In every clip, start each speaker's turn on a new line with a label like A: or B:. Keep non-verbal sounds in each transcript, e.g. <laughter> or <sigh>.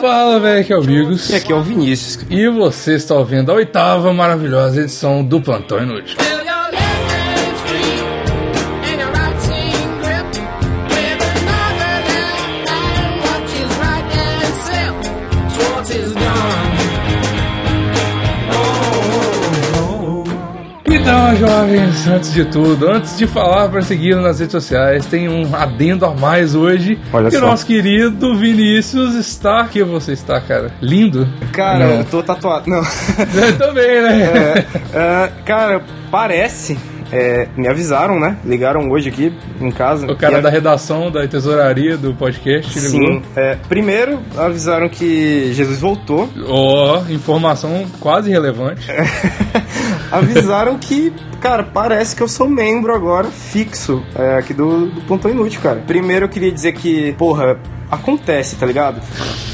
A: Fala, velho, que é o Bigos.
B: E aqui é o Vinícius.
A: E você está ouvindo a oitava maravilhosa edição do Plantão Inútil. Então, jovens, antes de tudo, antes de falar para seguir nas redes sociais, tem um adendo a mais hoje.
B: Olha
A: que
B: só.
A: nosso querido Vinícius está. Que você está, cara? Lindo?
B: Cara,
A: Não.
B: eu tô tatuado. Não. <laughs>
A: Eu <laughs> também, né?
B: É, ah, cara, parece. é, me avisaram, né? Ligaram hoje aqui em casa.
A: O cara
B: E a-
A: da redação da tesouraria do podcast ligou.
B: Sim. é, primeiro, avisaram que Jesus voltou.
A: Ó, informação quase relevante.
B: É. Avisaram que, cara, parece que eu sou membro agora, fixo, é, aqui do, do Plantão Inútil, cara. Primeiro eu queria dizer que, porra, acontece, tá ligado?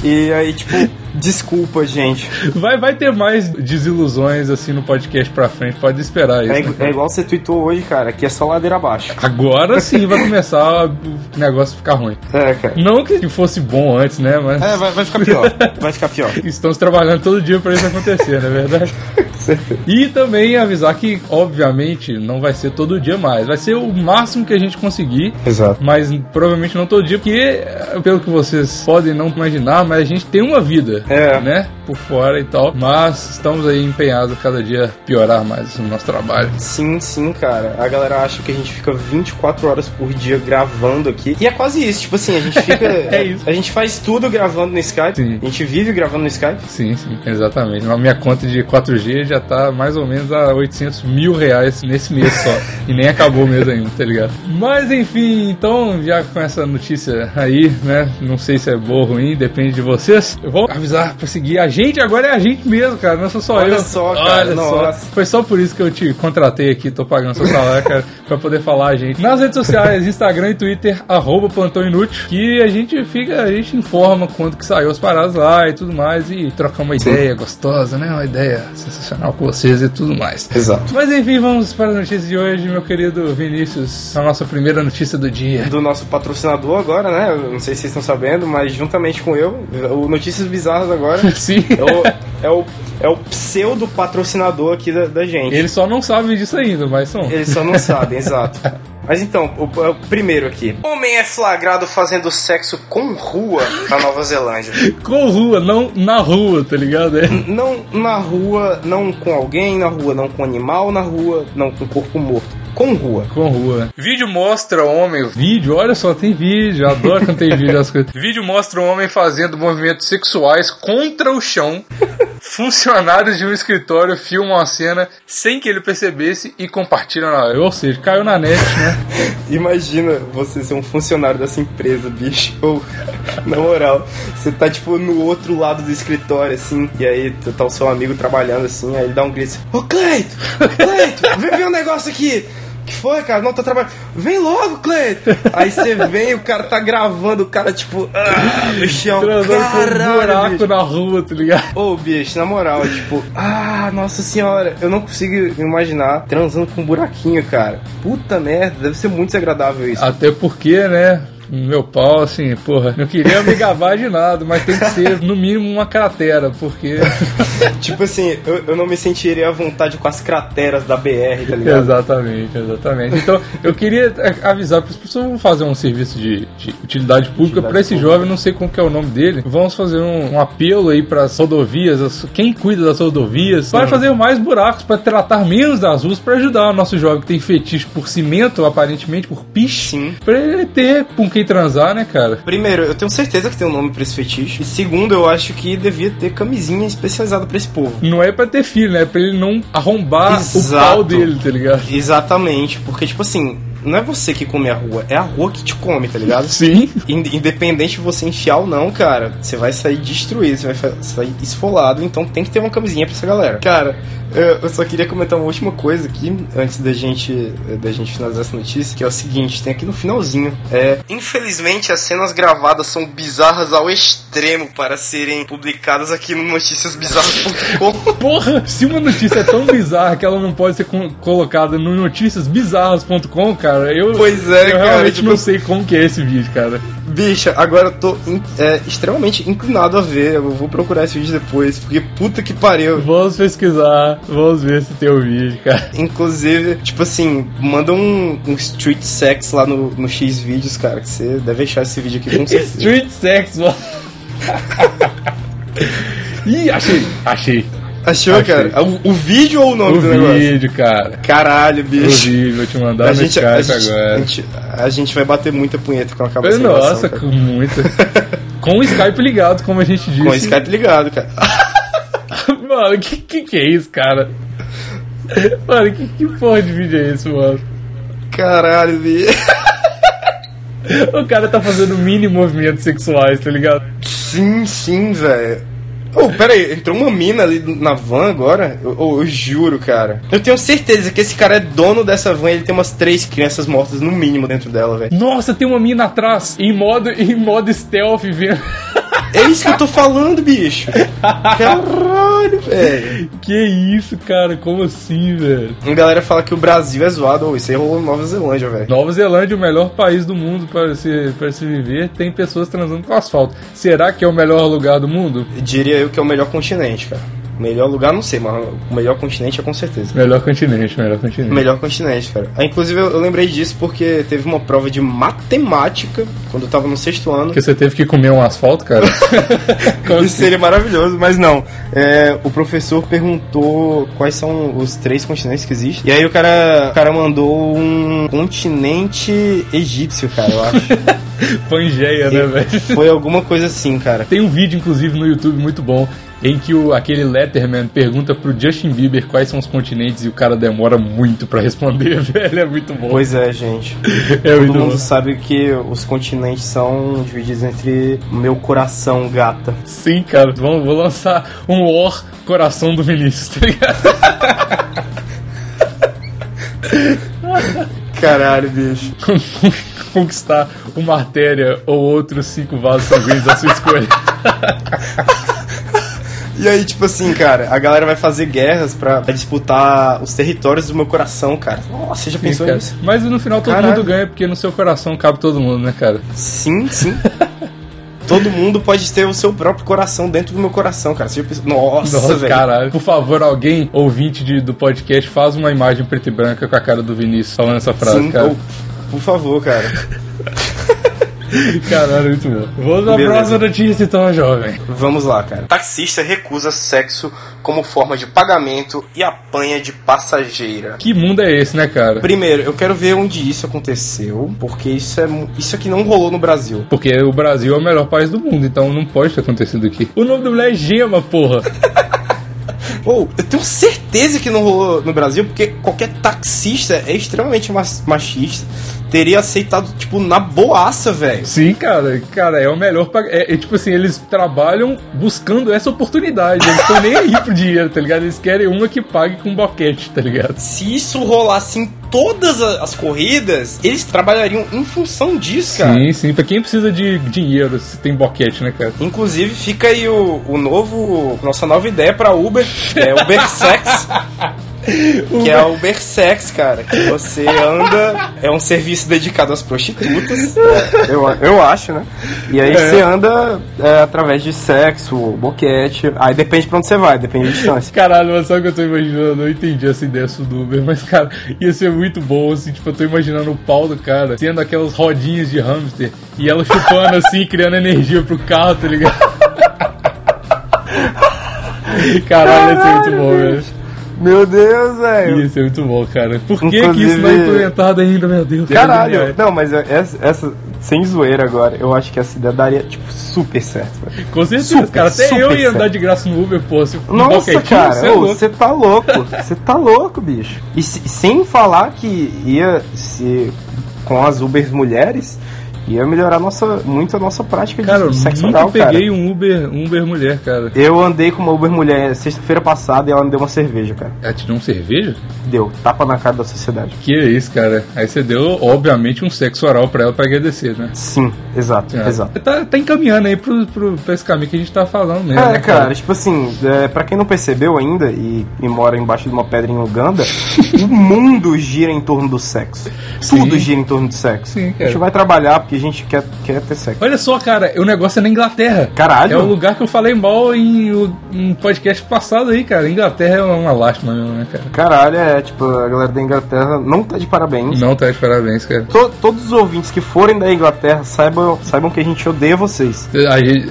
B: E aí, tipo, desculpa, gente.
A: Vai, vai ter mais desilusões assim no podcast pra frente, pode esperar isso. né?
B: É, igu- é igual você tweetou hoje, cara, que é só ladeira abaixo.
A: Agora sim vai começar o negócio ficar ruim.
B: É, cara.
A: Não que fosse bom antes, né? Mas
B: É, vai, vai ficar pior. Vai ficar pior.
A: estamos trabalhando todo dia pra isso acontecer, não é <laughs> verdade? E também avisar que, obviamente, não vai ser todo dia mais. Vai ser o máximo que a gente conseguir.
B: Exato.
A: Mas provavelmente não todo dia, porque, eh, pelo que vocês podem não imaginar, mas a gente tem uma vida,
B: É.
A: né? Por fora e tal. Mas estamos aí empenhados a cada dia piorar mais o nosso trabalho.
B: Sim, sim, cara. A galera acha que a gente fica 24 horas por dia gravando aqui. E é quase isso, tipo assim, a gente fica.
A: É isso.
B: A gente faz tudo gravando no Skype.
A: Sim.
B: A gente vive gravando no Skype.
A: Sim, sim, exatamente. Na minha conta de 4G já tá mais ou menos a 800 mil reais nesse mês só. e nem acabou o mês ainda, tá ligado? Mas enfim, então, já com essa notícia aí, né? Não sei se é boa ou ruim, depende de vocês. Eu vou avisar pra seguir a gente, agora é a gente mesmo, cara. Não sou só
B: Olha
A: eu.
B: só, cara,
A: Olha só.
B: nossa.
A: Foi só por isso que eu te contratei aqui, tô pagando seu salário, cara, pra poder falar a gente. Nas redes sociais, Instagram e Twitter, arroba Plantão Inútil, que a gente fica, a gente informa quando que saiu as paradas lá e tudo mais, e trocar uma ideia gostosa, né? Uma ideia sensacional com vocês e tudo mais.
B: Exato.
A: Mas enfim, vamos para a notícia de hoje, meu querido Vinícius, a nossa primeira notícia do dia. <laughs>
B: Do nosso patrocinador agora, né? Eu não sei se vocês estão sabendo, mas juntamente com eu, o Notícias
A: <laughs>
B: Bizarras agora
A: Sim.
B: é o, é o, é o pseudo patrocinador aqui da, da gente.
A: Ele só não sabe disso ainda, mas são.
B: Eles só não sabem, exato. Mas então, o, o primeiro aqui. Homem é flagrado fazendo sexo com rua na Nova Zelândia.
A: Com rua, não na rua, tá ligado? É.
B: Não na rua, não com alguém na rua, não com animal na rua, não com corpo morto. Com rua.
A: Com rua. Vídeo mostra um homem. Vídeo, olha só, tem vídeo. Eu adoro quando tem vídeo as coisas. Vídeo mostra um homem fazendo movimentos sexuais contra o <laughs> chão. Funcionários de um escritório filmam a cena sem que ele percebesse e compartilham na. Ou seja, caiu na net, né?
B: Imagina você ser um funcionário dessa empresa, bicho. Ou, na moral, você tá tipo no outro lado do escritório, assim, e aí tu- tá o seu amigo trabalhando assim, aí ele dá um grito assim, Ô Cleito! Cleito! Vem ver um negócio aqui! Que foi, cara? Não, tá trabalhando. Vem logo, Cleito! Aí você vem, o cara tá gravando, o cara, tipo, ah, no chão.
A: Transando com um
B: Caralho,
A: buraco
B: bicho.
A: na rua, tá ligado?
B: Ô, bicho, na moral, tipo, ah, nossa senhora, eu não consigo me imaginar transando com um buraquinho, cara. Puta merda, deve ser muito desagradável isso.
A: Até porque, né? Meu pau, assim, porra, não queria me gabar de nada, mas tem que ser, no mínimo, uma cratera, porque.
B: Tipo assim, eu, eu não me sentiria à vontade com as crateras da BR, tá ligado?
A: Exatamente, exatamente. Então, eu queria eh, avisar para as pessoas, vamos fazer um serviço de, de utilidade pública para esse jovem, não sei como que é o nome dele. Vamos fazer um, um apelo aí para as rodovias, as- quem cuida das rodovias, vai fazer mais buracos para tratar menos das ruas para ajudar o nosso jovem que tem fetiche por cimento, aparentemente por piche,
B: Sim.
A: para ele ter com quem transar, né, cara?
B: Primeiro, eu tenho certeza que tem um nome pra esse fetiche. E segundo, eu acho que devia ter camisinha especializada pra esse povo.
A: Não é para ter filho, né? É para ele não arrombar o pau
B: Exato.
A: dele, tá ligado?
B: Exatamente, porque tipo assim, não é você que come a rua, é a rua que te come, tá ligado?
A: Sim.
B: Ind- Independente de você enfiar ou não, cara, você vai sair destruído, você vai fa- sair esfolado, então tem que ter uma camisinha pra essa galera. Cara, eu eu só queria comentar uma última coisa aqui, antes da gente, da gente finalizar essa notícia, que é o seguinte, tem aqui no finalzinho. É, infelizmente as cenas gravadas são bizarras ao extremo para serem publicadas aqui no <laughs> noticiasbizarras.com.
A: Porra, se uma notícia é tão bizarra que ela não pode ser co- colocada no noticiasbizarras.com, cara, eu,
B: Pois é,
A: eu
B: cara,
A: realmente
B: tipo-
A: não sei como que é esse vídeo, cara.
B: Bicha, agora eu tô in- é, extremamente inclinado a ver. Eu vou procurar esse vídeo depois, porque puta que pariu.
A: Vamos pesquisar, vamos ver se tem o vídeo, cara.
B: Inclusive, tipo assim, manda um, um street sex lá no, no X vídeos, cara, que você deve achar esse vídeo aqui com certeza.
A: Street sex, <laughs> mano. Ih, achei, achei.
B: Achou,
A: Achei.
B: cara? O, o vídeo ou o nome
A: O
B: do negócio?
A: vídeo, cara.
B: Caralho,
A: O
B: bicho.
A: vídeo, vou te mandar
B: A
A: no
B: gente, a,
A: Skype
B: gente,
A: agora.
B: a, gente, a gente vai bater muita punheta quando acabar essa gravação,
A: Nossa,
B: cara.
A: com muita.
B: <laughs>
A: Com o Skype ligado, como a gente disse.
B: Com o Skype ligado, cara. Ah,
A: Mano, que, que que é isso, cara? Mano, que, que porra de vídeo é esse, mano?
B: Caralho, bicho.
A: O cara tá fazendo mini movimentos sexuais, tá ligado?
B: Sim, sim, velho. Ô, pera aí, entrou uma mina ali na van agora? Eu, eu- eu juro, cara. Eu tenho certeza que esse cara é dono dessa van e ele tem umas três crianças mortas no mínimo dentro dela, velho.
A: Nossa, tem uma mina atrás, em modo, em modo stealth, vendo.
B: É isso que eu tô falando, bicho. Caralho, velho.
A: Que isso, cara? Como assim, velho?
B: A galera fala que o Brasil é zoado. Ô, isso aí rolou em Nova Zelândia, velho.
A: Nova Zelândia, é o melhor país do mundo para se, para se viver, tem pessoas transando com asfalto. Será que é o melhor lugar do mundo?
B: Eu Diria eu que é o melhor continente, cara. Melhor lugar, não sei, mas o melhor continente é com certeza.
A: Melhor continente, melhor continente.
B: Melhor continente, cara. Ah, Inclusive, eu eu lembrei disso porque teve uma prova de matemática quando eu tava no sexto ano.
A: Porque você teve que comer um asfalto, cara? Como
B: Isso
A: assim?
B: seria maravilhoso, mas não. É, o professor perguntou quais são os três continentes que existem. E aí o cara, o cara mandou um continente egípcio, cara, eu acho.
A: Pangeia, né, velho?
B: Foi alguma coisa assim, cara.
A: Tem um vídeo, inclusive, no YouTube muito bom, em que o, aquele Letterman pergunta pro Justin Bieber quais são os continentes e o cara demora muito pra responder, <laughs> velho. É muito bom.
B: Pois é, gente.
A: é
B: Todo
A: muito bom.
B: mundo sabe que os continentes são divididos entre meu coração, gata.
A: Sim, cara. Vamos, vou lançar um Or Coração do Vinícius, tá ligado? <laughs>
B: Caralho, bicho.
A: Conquistar uma artéria ou outros cinco vasos sanguíneos à sua escolha.
B: <laughs> E aí, tipo assim, cara, a galera vai fazer guerras pra pra disputar os territórios do meu coração, cara. Nossa, você já
A: Sim,
B: pensou
A: cara.
B: nisso?
A: Mas no final todo
B: Caralho.
A: mundo ganha, porque no seu coração cabe todo mundo, né, cara?
B: Sim,
A: <laughs>
B: sim. Todo mundo pode ter o seu próprio coração dentro do meu coração, cara. Você já pensou... Nossa,
A: Nossa,
B: velho.
A: caralho. Por favor, alguém ouvinte de- do podcast, faz uma imagem preta e branca com a cara do Vinícius falando essa frase,
B: Sim,
A: cara.
B: ou- por favor, cara.
A: Caralho, muito bom. Vamos à
B: Beleza.
A: próxima notícia, então, jovem.
B: Vamos lá, cara. Taxista recusa sexo como forma de pagamento e apanha de passageira.
A: Que mundo é esse, né, cara?
B: Primeiro, eu quero ver onde isso aconteceu, porque isso é mu- isso aqui não rolou no Brasil.
A: Porque o Brasil é o melhor país do mundo, então não pode ter acontecido aqui. O nome da mulher é Gema, porra.
B: Ou, eu tenho certeza que não rolou no Brasil, porque qualquer taxista é extremamente mas- machista. Teria aceitado, tipo, na boaça,
A: <laughs>
B: velho.
A: Sim, cara. Cara, é o melhor. Pa... É, é tipo assim, eles trabalham buscando essa oportunidade. Eles estão nem aí pro dinheiro, tá ligado? Eles querem uma que pague com boquete, tá ligado?
B: Se isso rolasse em todas a- as corridas, eles trabalhariam em função disso, cara.
A: Sim, sim. Pra quem precisa de dinheiro, se tem boquete, né, cara?
B: Inclusive, fica aí o, o novo. Nossa nova ideia pra Uber, que é <laughs> Uber Sex. que é o Uber Sex, cara. Que você anda. É um serviço dedicado às prostitutas. É, Eu, eu acho, né? E aí
A: É.
B: você anda é, através de sexo, boquete. Aí depende pra onde você vai, depende da distância.
A: Caralho, mas sabe o que eu tô imaginando? Eu não entendi essa ideia sua do Uber, mas, cara, ia ser muito bom, assim, tipo, eu tô imaginando o pau do cara sendo aquelas rodinhas de hamster e ela chupando, assim, <laughs> criando energia pro carro, tá ligado? <laughs> Caralho, ia ser muito bom, velho.
B: Meu Deus, velho.
A: Ia ser muito bom, cara. Por que, que isso
B: Inclusive-
A: não é implementado ainda, meu Deus? É,
B: Caralho, não, mas essa, essa- sem zoeira agora, eu acho que essa ideia daria, tipo, super certo. velho.
A: Com certeza,
B: Super,
A: cara. Até
B: super
A: eu ia
B: certo.
A: andar de graça no Uber, pô. Se
B: Nossa,
A: boquetinho, cê é
B: cara, ô,
A: louco.
B: você tá louco, você tá louco, bicho. E se- sem falar que ia se com as Ubers mulheres, ia melhorar nossa, muito a nossa prática de-
A: Cara, eu
B: de sexo
A: nunca
B: oral, cara.
A: peguei um Uber, um Uber mulher, cara.
B: Eu andei com uma Uber mulher sexta-feira passada e ela me deu uma cerveja, cara.
A: Ela te deu um cerveja?
B: Deu, tapa na cara da sociedade.
A: Que é isso, cara. Aí você deu, obviamente, um sexo oral pra ela pra agradecer, né?
B: Sim, exato,
A: É.
B: exato.
A: Tá, tá encaminhando aí pro, pro, pra esse caminho que a gente tá falando mesmo.
B: É,
A: né,
B: cara, tipo assim, é, pra quem não percebeu ainda e, e mora embaixo de uma pedra em
A: <laughs>
B: Uganda, o mundo gira em torno do sexo.
A: Sim.
B: Tudo gira em torno do sexo.
A: Sim, cara.
B: a gente vai trabalhar porque a gente quer, quer ter sexo.
A: Olha só, cara, o negócio é na Inglaterra.
B: Caralho.
A: É o lugar que eu falei mal em um podcast passado aí, cara. Inglaterra é uma lástima mesmo, né, cara?
B: Caralho, é, tipo, a galera da Inglaterra não tá de parabéns.
A: Não tá de parabéns, cara.
B: To- todos os ouvintes que forem da Inglaterra saibam, saibam que a gente odeia vocês.
A: A gente-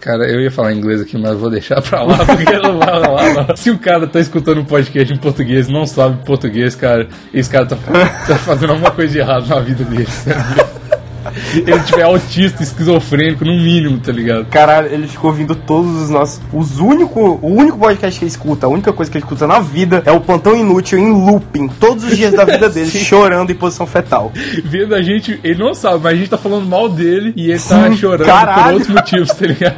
A: Cara, eu ia falar inglês aqui, mas vou deixar pra lá, <laughs> porque não vai lá, não. Se o cara tá escutando um podcast em português e não sabe português, cara, esse cara tá, tá fazendo alguma coisa de errado na vida dele, sabe? Ele tiver autista, esquizofrênico, no mínimo, tá ligado?
B: Caralho, ele ficou ouvindo todos os nossos. Os único, o único podcast que ele escuta, a única coisa que ele escuta na vida é o plantão inútil em looping, todos os dias da
A: <laughs>
B: vida dele, chorando em posição fetal.
A: Vendo a gente, ele não sabe, mas a gente tá falando mal dele e ele tá
B: Sim,
A: chorando por
B: caralho.
A: outros motivos, tá ligado?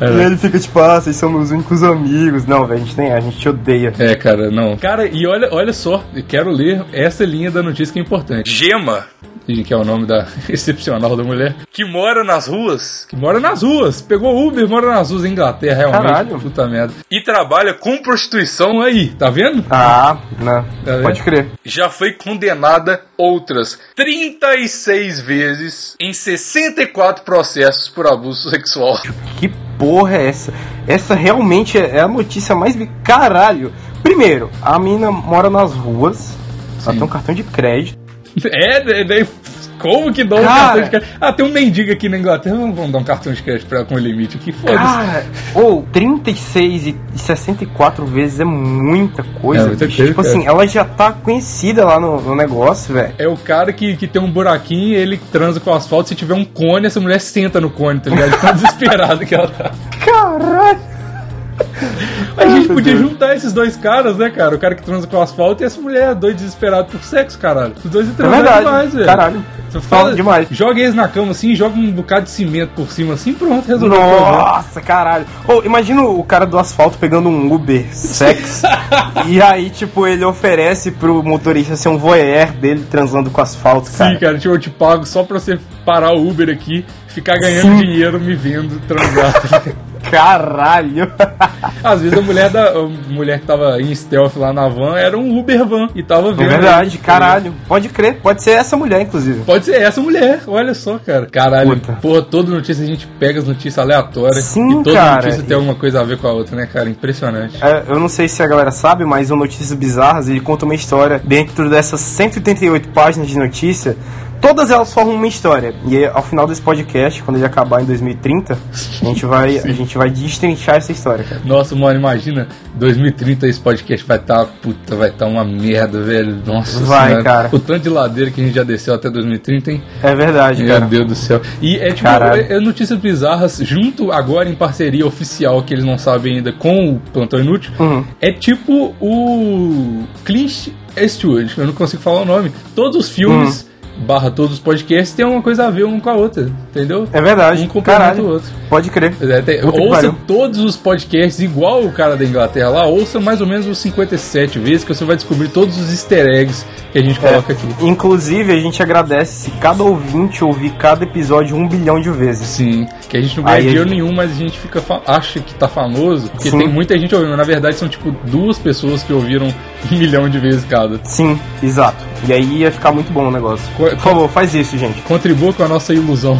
A: É.
B: E ele fica tipo, ah, vocês são meus únicos amigos. Não, velho, a gente tem, a gente te odeia.
A: É, cara, não. Cara, e olha, olha só, eu quero ler essa linha da notícia que é importante. Gema, que é o nome da <laughs> excepcional da mulher, que mora nas ruas, que mora nas ruas, pegou Uber, mora nas ruas, Inglaterra, realmente,
B: Caralho.
A: puta merda. E trabalha com prostituição aí, tá vendo?
B: Ah, né?
A: É.
B: Pode crer.
A: já foi condenada outras 36 vezes em 64 processos por abuso sexual.
B: Que porra é essa? Essa realmente é é a notícia mais. bi- Caralho! Primeiro, a mina mora nas ruas, ela
A: Sim.
B: tem um cartão de crédito.
A: <laughs> É, né, né, como que dá um
B: Cara.
A: cartão de crédito? Ah, tem um mendigo aqui na Inglaterra, vamos, vamos dar um cartão de crédito pra ela com limite aqui, foda-se.
B: Cara, ou 36 e 64 vezes é muita coisa.
A: É muita
B: bicho.
A: coisa,
B: tipo
A: cara.
B: assim, ela já tá conhecida lá no, no negócio, velho.
A: É o cara que, que tem um buraquinho, ele transa com o asfalto, se tiver um cone, essa mulher senta no cone, tá ligado? De Tão <laughs> desesperada que ela tá.
B: Caralho!
A: A gente
B: meu
A: podia
B: Deus.
A: juntar esses dois caras, né, cara? O cara que transa com o asfalto e essa mulher, é dois desesperados por sexo, caralho. Os dois
B: É
A: transam
B: verdade.
A: demais, velho.
B: Caralho.
A: Você fala,
B: Fala demais.
A: Joga eles na cama assim, joga um bocado de cimento por cima assim, pronto, resolveu. o problema.
B: Nossa, caralho. Ou imagina o cara do asfalto pegando um Uber <laughs> sexo. e aí, tipo, ele oferece pro motorista ser um voyeur dele transando com asfalto, cara.
A: Sim, cara, tipo, eu te pago só pra você parar o Uber aqui, ficar ganhando
B: Sim.
A: dinheiro me vendo transar. <laughs> tá ligado?
B: Caralho.
A: Às vezes a mulher da a mulher que tava em stealth lá na van era um Uber van e tava
B: É
A: vendo.
B: verdade,
A: ele.
B: caralho. Pode crer. Pode ser essa mulher, inclusive.
A: Pode ser essa mulher, olha só, cara. Caralho,
B: Puta.
A: porra, toda notícia a gente pega as notícias aleatórias
B: Sim,
A: e toda
B: cara.
A: notícia tem alguma coisa a ver com a outra, né, cara? Impressionante.
B: É, eu não sei se a galera sabe, mas o Notícias Bizarras ele conta uma história dentro dessas 188 páginas de notícia. Todas elas formam uma história. E ao final desse podcast, quando ele acabar em 2030, a gente vai, a gente vai destrinchar essa história, cara.
A: Nossa, mano, imagina 2030 esse podcast vai estar, puta, vai estar uma merda, velho. Nossa
B: Vai,
A: senhora.
B: cara.
A: O tanto de ladeira que a gente já desceu até 2030, hein?
B: É verdade,
A: Meu
B: cara.
A: Deus do céu. E é tipo,
B: Caralho.
A: é, é notícias bizarras, junto agora em parceria oficial que eles não sabem ainda com o Plantão Inútil.
B: Uhum.
A: É tipo o Clint Eastwood, eu não consigo falar o nome. Todos os filmes,
B: Uhum.
A: barra todos os podcasts, tem uma coisa a ver um com a outra, entendeu?
B: É verdade.
A: Um complementa o
B: Caralho.
A: outro.
B: Pode crer.
A: É, tem-
B: Puta que
A: ouça
B: pariu.
A: todos os podcasts, igual o cara da Inglaterra lá, ouça mais ou menos uns 57 vezes que você vai descobrir todos os easter eggs que a gente coloca aqui.
B: É, Inclusive, a gente agradece se cada ouvinte ouvir cada episódio um bilhão de vezes.
A: Sim, que a gente não ganha
B: Aí a
A: dinheiro
B: gente-
A: nenhum, mas a gente fica fa- acha que tá famoso, porque
B: Sim.
A: tem muita gente ouvindo. Na verdade, são tipo duas pessoas que ouviram um <laughs> milhão de vezes cada.
B: Sim, exato. E aí ia ficar muito bom o negócio.
A: Co-
B: Por favor, faz isso, gente.
A: <laughs> tá Contribua com a nossa ilusão.